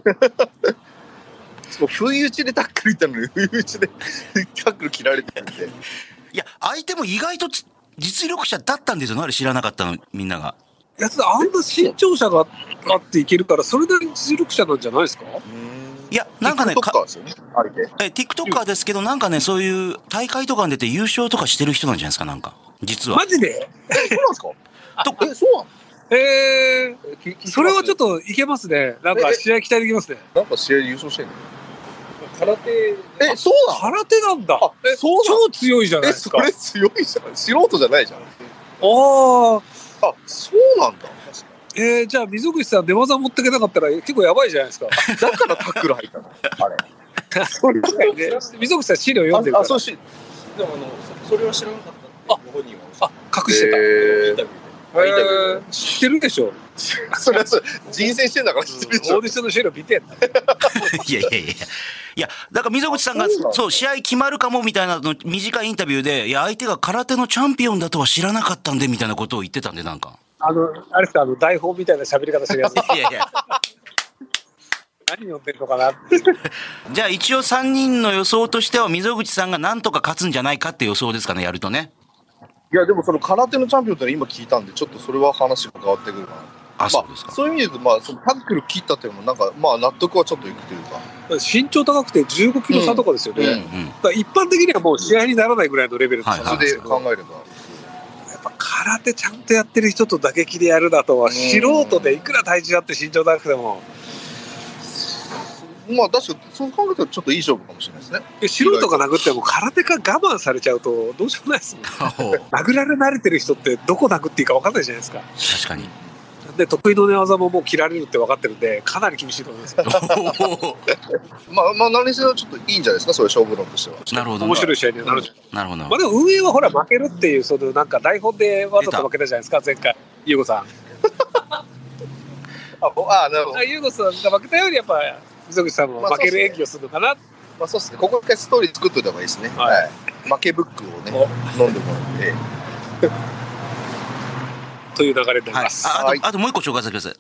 [SPEAKER 3] う。
[SPEAKER 2] そう不意打ちでタックルいったのに不意打ちで [LAUGHS] タックル切られてたんで。
[SPEAKER 3] いや、相手も意外とつ実力者だったんですよね。あれ知らなかったの、みんなが。
[SPEAKER 5] いや、ただあんな身長者があっていけるから、それなりに実力者なんじゃないですか
[SPEAKER 3] いや、なんかね、
[SPEAKER 2] TikToker
[SPEAKER 3] か
[SPEAKER 2] ですよね。相手。
[SPEAKER 3] え、TikToker ですけど、なんかね、そういう大会とかに出て優勝とかしてる人なんじゃないですか、なんか。実は。
[SPEAKER 5] マジで
[SPEAKER 2] そうなんですか。え、そう
[SPEAKER 5] え
[SPEAKER 2] なのき聞いてま
[SPEAKER 5] ー、
[SPEAKER 2] す。
[SPEAKER 5] それはちょっといけますね。なんか試合期待できますね。
[SPEAKER 2] なんか試合優勝してんの。
[SPEAKER 5] 空手
[SPEAKER 2] え、そうなの。
[SPEAKER 5] 空手なんだ
[SPEAKER 2] あ。
[SPEAKER 5] え
[SPEAKER 2] そうなの
[SPEAKER 5] 超強いじゃない
[SPEAKER 2] え、
[SPEAKER 5] です
[SPEAKER 2] そ
[SPEAKER 5] か。あ
[SPEAKER 2] れ強いじゃん。素人じゃないじゃん。
[SPEAKER 5] あ。
[SPEAKER 2] あ、そうなんだ。
[SPEAKER 5] えー、じゃあ溝口さん出技持ってけなかったら結構やばいじゃないですか。
[SPEAKER 2] [LAUGHS] だからタックル入ったの。あれ。
[SPEAKER 5] そうですね。溝口さん資料読んでる
[SPEAKER 2] あ、
[SPEAKER 5] か
[SPEAKER 2] あ、そ
[SPEAKER 5] ら。
[SPEAKER 2] うし。
[SPEAKER 8] でもあのそ、それは知らなかったってご本人はおっしゃっ
[SPEAKER 5] あ、隠してた。え
[SPEAKER 2] えー。
[SPEAKER 5] ー
[SPEAKER 2] あインタビュー
[SPEAKER 5] 知ってるでしょ。
[SPEAKER 2] それはそう人選してんだから
[SPEAKER 5] オ
[SPEAKER 2] 知ってるでし
[SPEAKER 5] ー
[SPEAKER 2] ょ
[SPEAKER 5] ディ。ションの資料見てんだ。
[SPEAKER 3] [LAUGHS] いやいやいやいや。いや、だから溝口さんが
[SPEAKER 2] そうな、の
[SPEAKER 3] そう、試合決まるかもみたいなの短いインタビューで、いや、相手が空手のチャンピオンだとは知らなかったんで、みたいなことを言ってたんで、なんか。
[SPEAKER 5] [LAUGHS] あの、あれですか、あの台本みたいな喋り方してるやつ。
[SPEAKER 3] いやいや。
[SPEAKER 5] 何読んでるのかなって
[SPEAKER 3] じゃあ一応3人の予想としては溝口さんがなんとか勝つんじゃないかって予想ですかねやるとね
[SPEAKER 2] いや、でもその空手のチャンピオンってのは今聞いたんで、ちょっとそれは話が変わってくるかな。
[SPEAKER 3] あ
[SPEAKER 2] ま
[SPEAKER 3] そうです
[SPEAKER 2] あ、
[SPEAKER 3] か、
[SPEAKER 2] そういう意味で言うと、まあ、そのタックル切ったっていうのも、なんか、まあ、納得はちょっといくというか。
[SPEAKER 5] 身長高くて15キロ差とかですよね、
[SPEAKER 2] うん
[SPEAKER 3] うんうん
[SPEAKER 5] だから一般的にはもう試合にならないぐらいのレベルの差
[SPEAKER 3] は
[SPEAKER 5] ないん
[SPEAKER 2] 普
[SPEAKER 5] で
[SPEAKER 2] 通
[SPEAKER 5] す
[SPEAKER 2] で
[SPEAKER 5] けど、
[SPEAKER 2] 考えれば。
[SPEAKER 5] やっぱ空手ちゃんとやってる人と打撃でやるだとは、素人でいくら体重あって身長高くても、
[SPEAKER 2] まあ、確かに、そう考えたらちょっといい勝負かもしれないですね。
[SPEAKER 5] で素人が殴っても空手が我慢されちゃうとどうしようもないですもん
[SPEAKER 3] 確
[SPEAKER 5] 殴られ慣れてる人ってどこ殴っていいか分かんないじゃないですか
[SPEAKER 3] か
[SPEAKER 5] [LAUGHS]
[SPEAKER 3] に
[SPEAKER 5] で得意の寝技ももう切られるって分かってるんでかなり厳しいと思いますよ
[SPEAKER 2] まあ、まあ、何にせよちょっといいんじゃないですか、そういう勝負論としては。
[SPEAKER 3] なるほど
[SPEAKER 5] 面白い試合にはなるじゃん、
[SPEAKER 3] なるほどなる
[SPEAKER 5] ま
[SPEAKER 3] ほ
[SPEAKER 5] あ、でも運営はほら負けるっていうそのなんか台本でわざと負けたじゃないですか前回優子さん
[SPEAKER 2] あ、おあなるほど。
[SPEAKER 5] 優子さんが負けたよりやっぱ溝口さんも負ける演技をするのかな
[SPEAKER 2] まあ、そうですね。ここ一回ストーリー作っといた方がいいですね。
[SPEAKER 5] は
[SPEAKER 2] はいい。負けブックをね、飲んでもらって。
[SPEAKER 5] という流れになり
[SPEAKER 3] どはい、
[SPEAKER 5] ま
[SPEAKER 3] あ
[SPEAKER 5] す、
[SPEAKER 3] あ
[SPEAKER 2] はい
[SPEAKER 3] とあともう一個紹介させてください。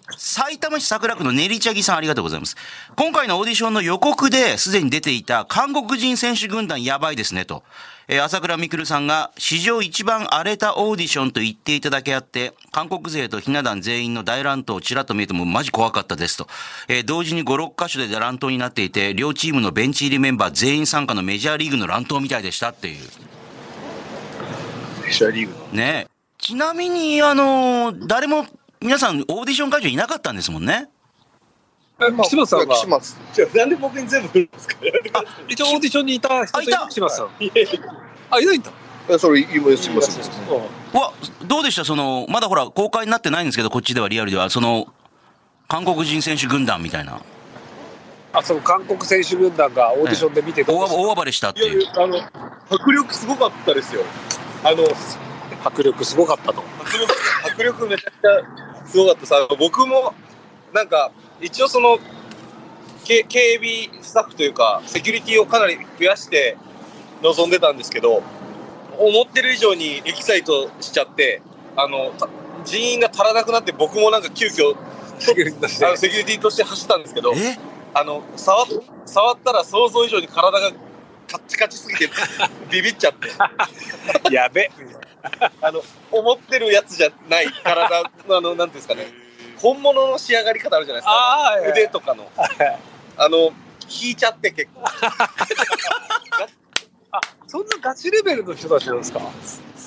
[SPEAKER 3] 埼玉市桜区のネリチャギさんありがとうございます。今回のオーディションの予告ですでに出ていた韓国人選手軍団やばいですねと。えー朝倉未来さんが史上一番荒れたオーディションと言っていただけあって、韓国勢とひな壇全員の大乱闘ちらっと見えてもマジ怖かったですと。えー同時に5、6箇所で乱闘になっていて、両チームのベンチ入りメンバー全員参加のメジャーリーグの乱闘みたいでしたっていう。
[SPEAKER 2] メジャーリーグの。
[SPEAKER 3] ねえちなみに、あのー誰も、皆さん、オーディション会場いなかったんですもんね。
[SPEAKER 2] まあ
[SPEAKER 5] 岸本さんは
[SPEAKER 2] 岸本さん
[SPEAKER 8] なんで僕に全部来るんですか
[SPEAKER 5] 一応オーディションにいた人
[SPEAKER 3] あいた
[SPEAKER 5] いますよあいないんだ
[SPEAKER 2] えそれ、言います、言います。
[SPEAKER 5] う
[SPEAKER 3] わ、どうでしたその、まだほら、公開になってないんですけど、こっちではリアルでは、その、韓国人選手軍団みたいな、
[SPEAKER 5] んあその韓国選手軍団がオーディションで見てど
[SPEAKER 3] 大
[SPEAKER 5] うでした
[SPEAKER 3] 大暴れしたって
[SPEAKER 8] いや
[SPEAKER 3] い。
[SPEAKER 8] いうや、あの、迫力すごかったですよ。あの、
[SPEAKER 5] 迫力すごかったと
[SPEAKER 8] 迫力、迫力めちゃくちゃすごかったさ。僕も、なんか、一応その、け警備スタッフというか、セキュリティをかなり増やして臨んでたんですけど、思ってる以上にエキサイトしちゃって、あの、た人員が足らなくなって、僕もなんか急遽、
[SPEAKER 5] セキュリティとして
[SPEAKER 8] あのセキュリティとして走ったんですけど、
[SPEAKER 3] え
[SPEAKER 8] あの触っ触ったら想像以上に体がカッチカチすぎてビビっちゃって
[SPEAKER 5] [LAUGHS] やべ
[SPEAKER 8] あの思ってるやつじゃない体のあのなんていうんですかね本物の仕上がり方あるじゃないですか
[SPEAKER 5] ああ
[SPEAKER 8] 腕とかのあの引いちゃって結構
[SPEAKER 5] そんなガチレベルの人たちなんですか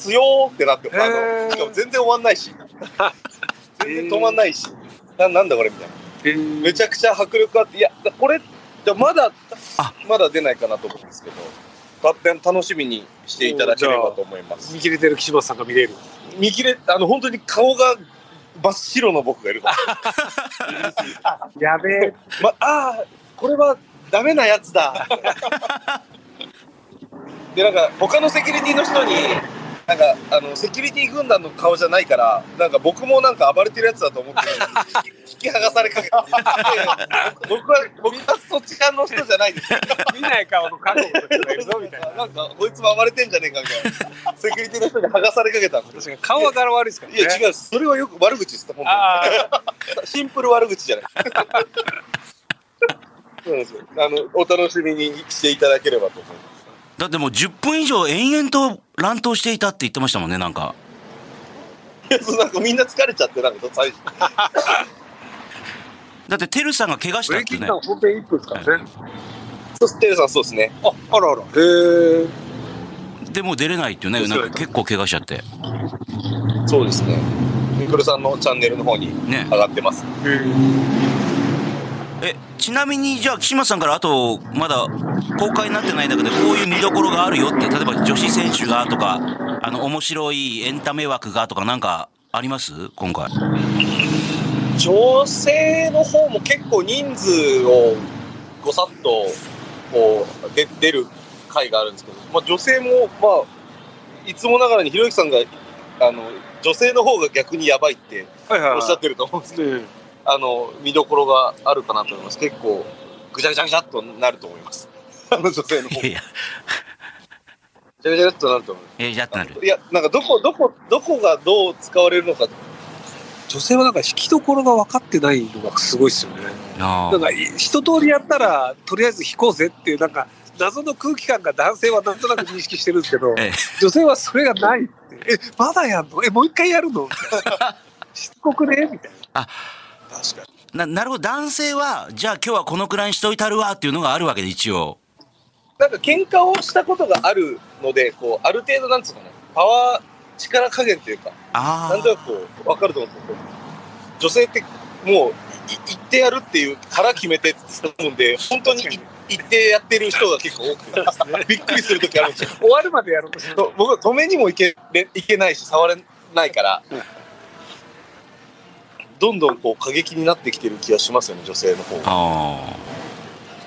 [SPEAKER 8] 強ーってなってあ
[SPEAKER 5] へー
[SPEAKER 8] のしかも全然終わんないし全然止まんないしななんだこれみたいなめちゃくちゃ迫力あっていやこれじゃあまだ
[SPEAKER 3] あ
[SPEAKER 8] まだ出ないかなと思うんですけど勝手に楽しみにしていただければと思います
[SPEAKER 5] 見切れてる岸本さんが見れる
[SPEAKER 8] 見切れあの本当に顔が真っ白の僕がいるか
[SPEAKER 5] やべえ
[SPEAKER 8] ら、ま、ああこれはダメなやつ
[SPEAKER 5] [LAUGHS]
[SPEAKER 8] だでなんか他のセキュリティの人になんかあのセキュリティ軍団の顔じゃないからなんか僕もなんか暴れてるやつだと思ってる引き剥がさ
[SPEAKER 5] [LAUGHS]
[SPEAKER 8] れかけて僕は僕はそっち側の人じゃないです
[SPEAKER 5] 見ない顔の韓国の人がいるぞみたいな
[SPEAKER 8] なんかこいつも暴れてんじゃねえかみたいなセキュリティの人に剥がされかけたんです
[SPEAKER 5] 確かに顔は柄悪いですからね
[SPEAKER 8] いや違うそれはよく悪口です本当に
[SPEAKER 5] ああ
[SPEAKER 8] シンプル悪口じゃない。そうなんですよ。あの、お楽しみにしていただければと思います。
[SPEAKER 3] だってもう10分以上延々と乱闘していたって言ってましたもんね、なんか。
[SPEAKER 8] いやそうなんかみんな疲れちゃって、なんか最初。
[SPEAKER 3] だって、テルさんが怪我し
[SPEAKER 5] ブ
[SPEAKER 3] た
[SPEAKER 5] レ
[SPEAKER 3] っ
[SPEAKER 5] イ
[SPEAKER 3] て
[SPEAKER 5] キン
[SPEAKER 3] ね
[SPEAKER 5] ダ。ウン本編1分ですからね
[SPEAKER 8] そして、テルさんそうですね。
[SPEAKER 5] ああらあらへえ
[SPEAKER 3] でもう出れないっていうね、なんか結構怪我しちゃって。
[SPEAKER 8] そうですね。ミクルさんのチャンネルの方に
[SPEAKER 3] ね
[SPEAKER 8] 上。がってます。
[SPEAKER 3] え、ちなみに、じゃあ、岸本さんからあと、まだ公開になってない中で、こういう見どころがあるよって、例えば女子選手がとか、あの、面白いエンタメ枠がとか、なんか、あります今回。
[SPEAKER 8] 女性の方も結構人数をごさっと、こう、で出る回があるんですけど、まあ女性も、まあ、いつもながらにひろゆきさんが、あの、女性の方が逆にやばいって
[SPEAKER 5] はいはい
[SPEAKER 8] おっしゃっ
[SPEAKER 5] は
[SPEAKER 8] てると思うんですけど
[SPEAKER 5] いね
[SPEAKER 8] あの見どころがあるかなと思います。結構ぐちゃぐちゃぐちゃっとなると思い
[SPEAKER 3] [LAUGHS]
[SPEAKER 8] ます。あの女性の方
[SPEAKER 3] いやいや、
[SPEAKER 8] ぐちゃぐちゃっとなると思い
[SPEAKER 3] えやってな
[SPEAKER 8] ま
[SPEAKER 3] る。
[SPEAKER 8] す。いやなんかどこどこどこがどう使われるのか。
[SPEAKER 5] 女性はなんか引きどころが分かってないのがすごいですよね
[SPEAKER 3] あ
[SPEAKER 5] なんか一通りやったらとりあえず引こうぜっていうなんか謎の空気感が男性はなんとなく認識してるんですけ
[SPEAKER 3] [LAUGHS]
[SPEAKER 5] ど、
[SPEAKER 3] ええ
[SPEAKER 5] 女性はそれがないってえまだやんのえもう一回やる
[SPEAKER 3] [LAUGHS]
[SPEAKER 5] のみたいなしつこくねみたい
[SPEAKER 8] 確かに。
[SPEAKER 3] あ。な、なるほど。男性は、じゃあ今日はこのくらいにしといたるわっていうのがあるわけで、一応。
[SPEAKER 8] なんか喧嘩をしたことがあるので、こう、ある程度なんつうかね、パワー、力加減っていうか、
[SPEAKER 3] あ
[SPEAKER 8] なんとなくこう、わかると思うんですけど、女性ってもう、い行ってやるっていう腹決めて使うんで、本当にい行ってやってる人が結構多くてですね、びっくりするときあるんですよ。
[SPEAKER 5] な終わるまでやろうとする
[SPEAKER 8] と僕は止めにも行けれ行けないし触れないからどんどんこう過激になってきてる気がしますよね女性の方
[SPEAKER 3] あ。
[SPEAKER 8] が
[SPEAKER 3] あ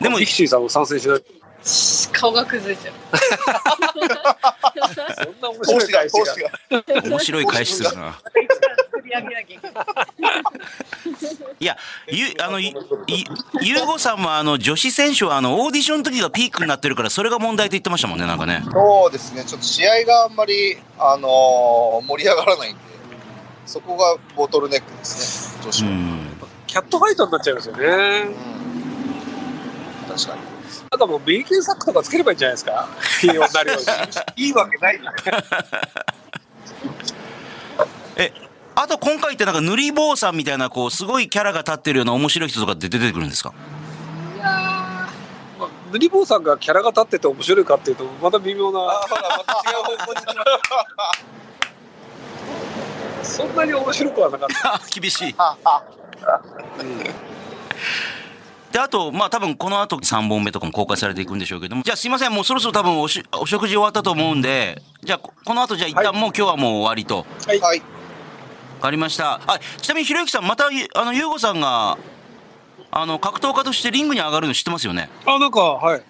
[SPEAKER 3] あ。でも
[SPEAKER 5] ミ、キシーさんも参戦しない
[SPEAKER 4] 顔が崩れちゃ [LAUGHS] う。
[SPEAKER 8] そんな面白い返しが
[SPEAKER 3] 面白い返しするな。
[SPEAKER 4] 作り上げなきゃいけない。
[SPEAKER 3] ゆ、あの、いいゆうごさんもあの、女子選手はあの、オーディションの時がピークになってるから、それが問題と言ってましたもんね、なんかね。
[SPEAKER 2] そうですね、ちょっと試合があんまり、あのー盛り上がらないんで、そこがボトルネックですね、女
[SPEAKER 3] う
[SPEAKER 2] 子は。
[SPEAKER 3] ん。
[SPEAKER 5] キャットファイトになっちゃいますよね
[SPEAKER 2] うん確かに。
[SPEAKER 5] なんかもう B 級サックとかつければいいんじゃないです
[SPEAKER 3] [LAUGHS]
[SPEAKER 5] か金曜になるように
[SPEAKER 8] いいわけないよ
[SPEAKER 3] あと今回ってなんか塗り坊さんみたいなこうすごいキャラが立ってるような面白い人とかって出てくるんですか
[SPEAKER 4] いや
[SPEAKER 5] まあ塗り坊さんがキャラが立ってて面白いかっていうとまた微妙な
[SPEAKER 8] あほらまた違う方向に行きま
[SPEAKER 5] そんなに面白くはなかっ
[SPEAKER 3] あ厳しい。
[SPEAKER 5] た、うん
[SPEAKER 3] で、あと、まあ多分この後3本目とかも公開されていくんでしょうけども、じゃあすいません、もうそろそろ多分おしお食事終わったと思うんで、じゃあここの後じゃあ一旦もう今日はもう終わりと。
[SPEAKER 5] はい
[SPEAKER 2] はい
[SPEAKER 3] わかりました。あ、ちなみにひろゆきさん、また、ゆあの、ゆうごさんが、あの、格闘家としてリングに上がるの知ってますよね
[SPEAKER 5] あ、なんか、はい。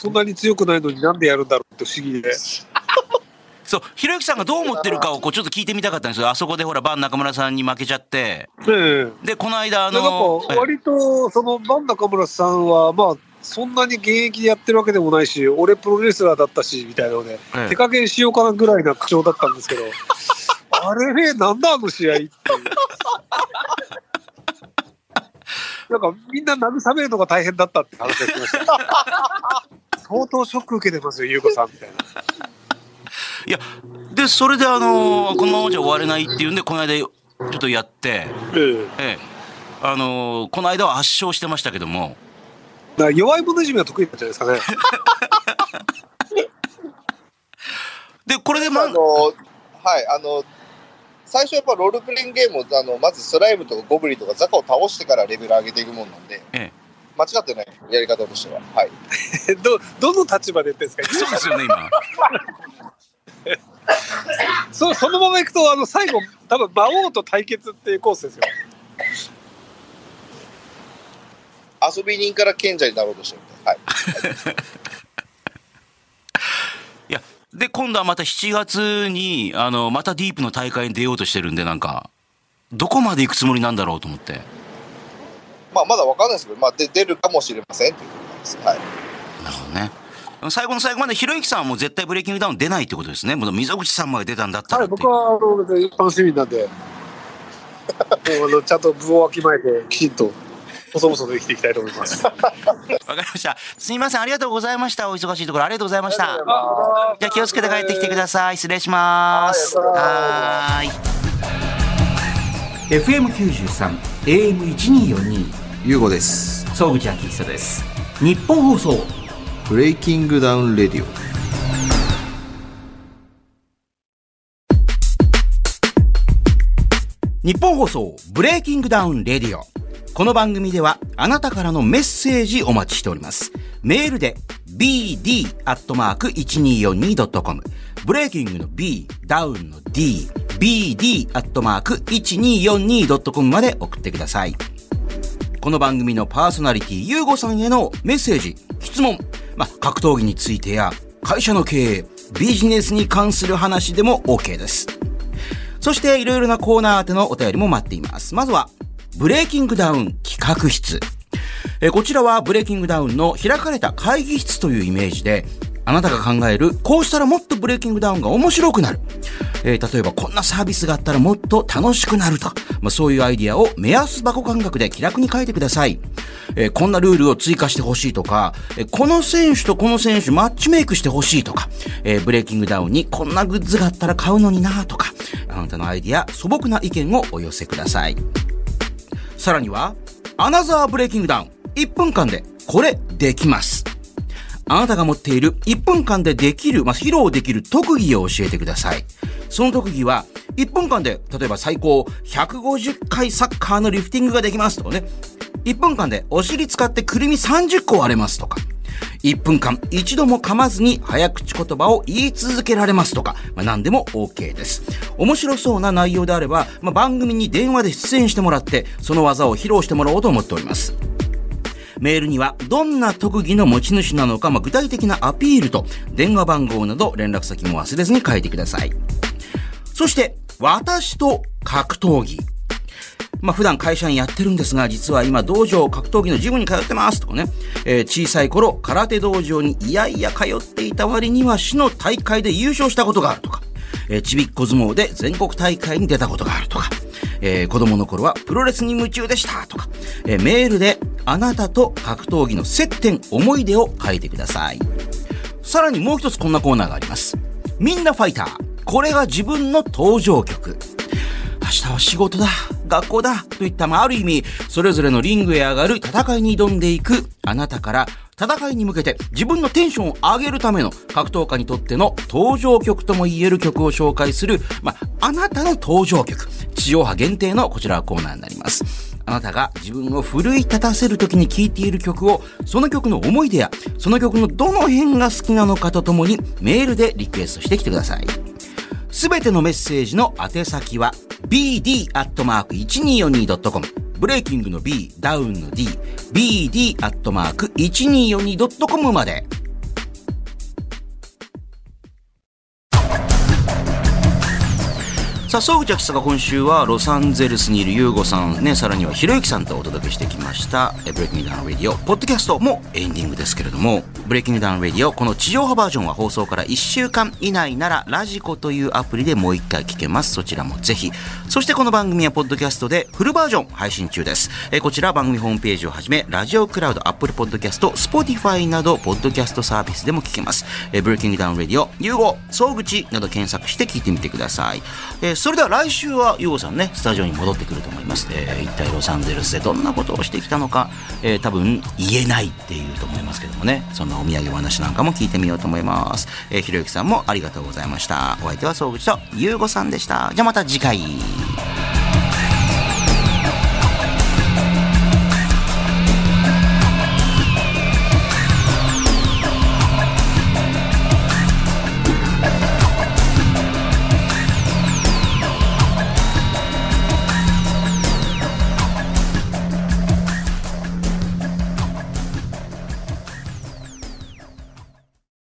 [SPEAKER 5] そんなに強くないのになんでやるんだろうって不思議で。
[SPEAKER 3] そう、ひろゆきさんがどう思ってるかをこうちょっと聞いてみたかったんですよ。あそこでほら、バン中村さんに負けちゃって、
[SPEAKER 5] ええ。
[SPEAKER 3] で、この間あ
[SPEAKER 5] でなん
[SPEAKER 3] の、
[SPEAKER 5] か、割と、その、バン中村さんは、まあ、そんなに現役でやってるわけでもないし、俺プロレスラーだったし、みたいなので、
[SPEAKER 3] ええ
[SPEAKER 5] 手加減しようかなぐらいな口調だったんですけ
[SPEAKER 3] [LAUGHS]
[SPEAKER 5] ど、あれね、なんだあの試合っていう。なんか、みんな慰めるのが大変だったって話が来ました。相当ショック受けてますよ、優子さんみたいな。
[SPEAKER 3] いや、で、それであのーこのままじゃ終われないっていうんで、この間、ちょっとやって、
[SPEAKER 5] ええ
[SPEAKER 3] ええ、あのーこの間は圧勝してましたけども、
[SPEAKER 5] だから弱い者いじめが得意なんじゃないですかね。
[SPEAKER 3] で、これでま
[SPEAKER 2] あ、のはい、あの、最初やっぱロールプレイングゲームをあのまずスライムとかゴブリンとかザカを倒してからレベル上げていくもんなんで、
[SPEAKER 3] ええ
[SPEAKER 2] 間違ってないやり方としては。はい、
[SPEAKER 3] [LAUGHS]
[SPEAKER 5] えどどの立場で言ってんですか
[SPEAKER 3] そうですよね、今。
[SPEAKER 5] そそのままいくとあの最後多分魔王と対決っていうコースですよ
[SPEAKER 2] 遊び人から賢者になろうとしてるんで、はい、
[SPEAKER 3] いや、で、今度はまた7月に、あのまたディープの大会に出ようとしてるんで、なんか、どこまで行くつもりなんだろうと思って。
[SPEAKER 2] まあ、まだわかんないですけど、まあ、で出るかもしれませんっていうことです。はい
[SPEAKER 3] なるほどね。最後の最後まで、ひろゆきさんはもう絶対ブレイキングダウン出ないってことですね。もう溝口さんまで出たんだった
[SPEAKER 5] は
[SPEAKER 3] らっ
[SPEAKER 5] い
[SPEAKER 3] ていう
[SPEAKER 5] 僕はあの別に一般市民なんで [LAUGHS] もうあのちゃんと部をわきまえてきちんと細々と生きていきたいと思いま
[SPEAKER 3] [LAUGHS]
[SPEAKER 5] す
[SPEAKER 3] わかりました。すみません、ありがとうございました。お忙しいところありがとうございました。じゃあ気をつけて帰ってきてください。失礼します。はーい。
[SPEAKER 1] FM93 AM1242
[SPEAKER 6] ゆうごです
[SPEAKER 1] 総口昭久です日本放送
[SPEAKER 6] ブレイキングダウンレディオ
[SPEAKER 3] 日本放送ブレイキングダウンレディオこの番組ではあなたからのメッセージお待ちしておりますメールで bd.1242.com ブレイキングの b ダウンの d bd.1242.com まで送ってくださいこの番組のパーソナリティ、ゆうごさんへのメッセージ、質問、まあ、格闘技についてや、会社の経営、ビジネスに関する話でも OK です。そして、いろいろなコーナー宛てのお便りも待っています。まずは、ブレイキングダウン企画室。えーこちらはブレイキングダウンの開かれた会議室というイメージで、あなたが考える、こうしたらもっとブレイキングダウンが面白くなる。えー例えばこんなサービスがあったらもっと楽しくなるとか、まあ、そういうアイディアを目安箱感覚で気楽に書いてください。えーこんなルールを追加してほしいとか、えーこの選手とこの選手マッチメイクしてほしいとか、えーブレイキングダウンにこんなグッズがあったら買うのになとか、あなたのアイディア、素朴な意見をお寄せください。さらには、アナザーブレイキングダウン、1分間でこれできます。あなたが持っている1分間でできる、まあ、披露できる特技を教えてください。その特技は、1分間で、例えば最高150回サッカーのリフティングができますとかね。1分間でお尻使ってくるみ30個割れますとか。1分間一度も噛まずに早口言葉を言い続けられますとか、まあ、何でも OK です。面白そうな内容であれば、まあ、番組に電話で出演してもらって、その技を披露してもらおうと思っております。メールには、どんな特技の持ち主なのか、まあ、具体的なアピールと、電話番号など連絡先も忘れずに書いてください。そして、私と格闘技。まあ、普段会社員やってるんですが、実は今、道場格闘技のジムに通ってますとかね、えー小さい頃、空手道場にいやいや通っていた割には、市の大会で優勝したことがあるとか、えーちびっこ相撲で全国大会に出たことがあるとか、えー子供の頃はプロレスに夢中でしたとか、えーメールで、あなたと格闘技の接点、思い出を書いてください。さらにもう一つこんなコーナーがあります。みんなファイター。これが自分の登場曲。明日は仕事だ、学校だ、といった、まあ、ある意味、それぞれのリングへ上がる戦いに挑んでいく、あなたから、戦いに向けて自分のテンションを上げるための格闘家にとっての登場曲とも言える曲を紹介する、まあ、あなたの登場曲、地上波限定のこちらはコーナーになります。あなたが自分を奮い立たせる時に聴いている曲を、その曲の思い出や、その曲のどの辺が好きなのかとともに、メールでリクエストしてきてください。すべてのメッセージの宛先は bd.1242.com ブレイキングの B、ダウンの D、bd.1242.com まで。さあ、総口秋さが今週はロサンゼルスにいるユーゴさん、ね、さらにはひろゆきさんとお届けしてきました、えブレイキングダウン・レディオ、ポッドキャストもエンディングですけれども、ブレイキングダウン・レディオ、この地上波バージョンは放送から1週間以内なら、ラジコというアプリでもう1回聞けます。そちらもぜひ。そしてこの番組はポッドキャストでフルバージョン配信中です。えこちら番組ホームページをはじめ、ラジオクラウド、アップルポッドキャスト、スポティファイなど、ポッドキャストサービスでも聞けます。えブレイキングダウン・レディオ、ユーゴ、総口など検索して聞いてみてください。えーそれでは来週はユーゴさんねスタジオに戻ってくると思います、えー一体ロサンゼルスでどんなことをしてきたのか、えー多分言えないっていうと思いますけどもねそんなお土産話なんかも聞いてみようと思います、えーひろゆきさんもありがとうございましたお相手は総口とユーゴさんでしたじゃあまた次回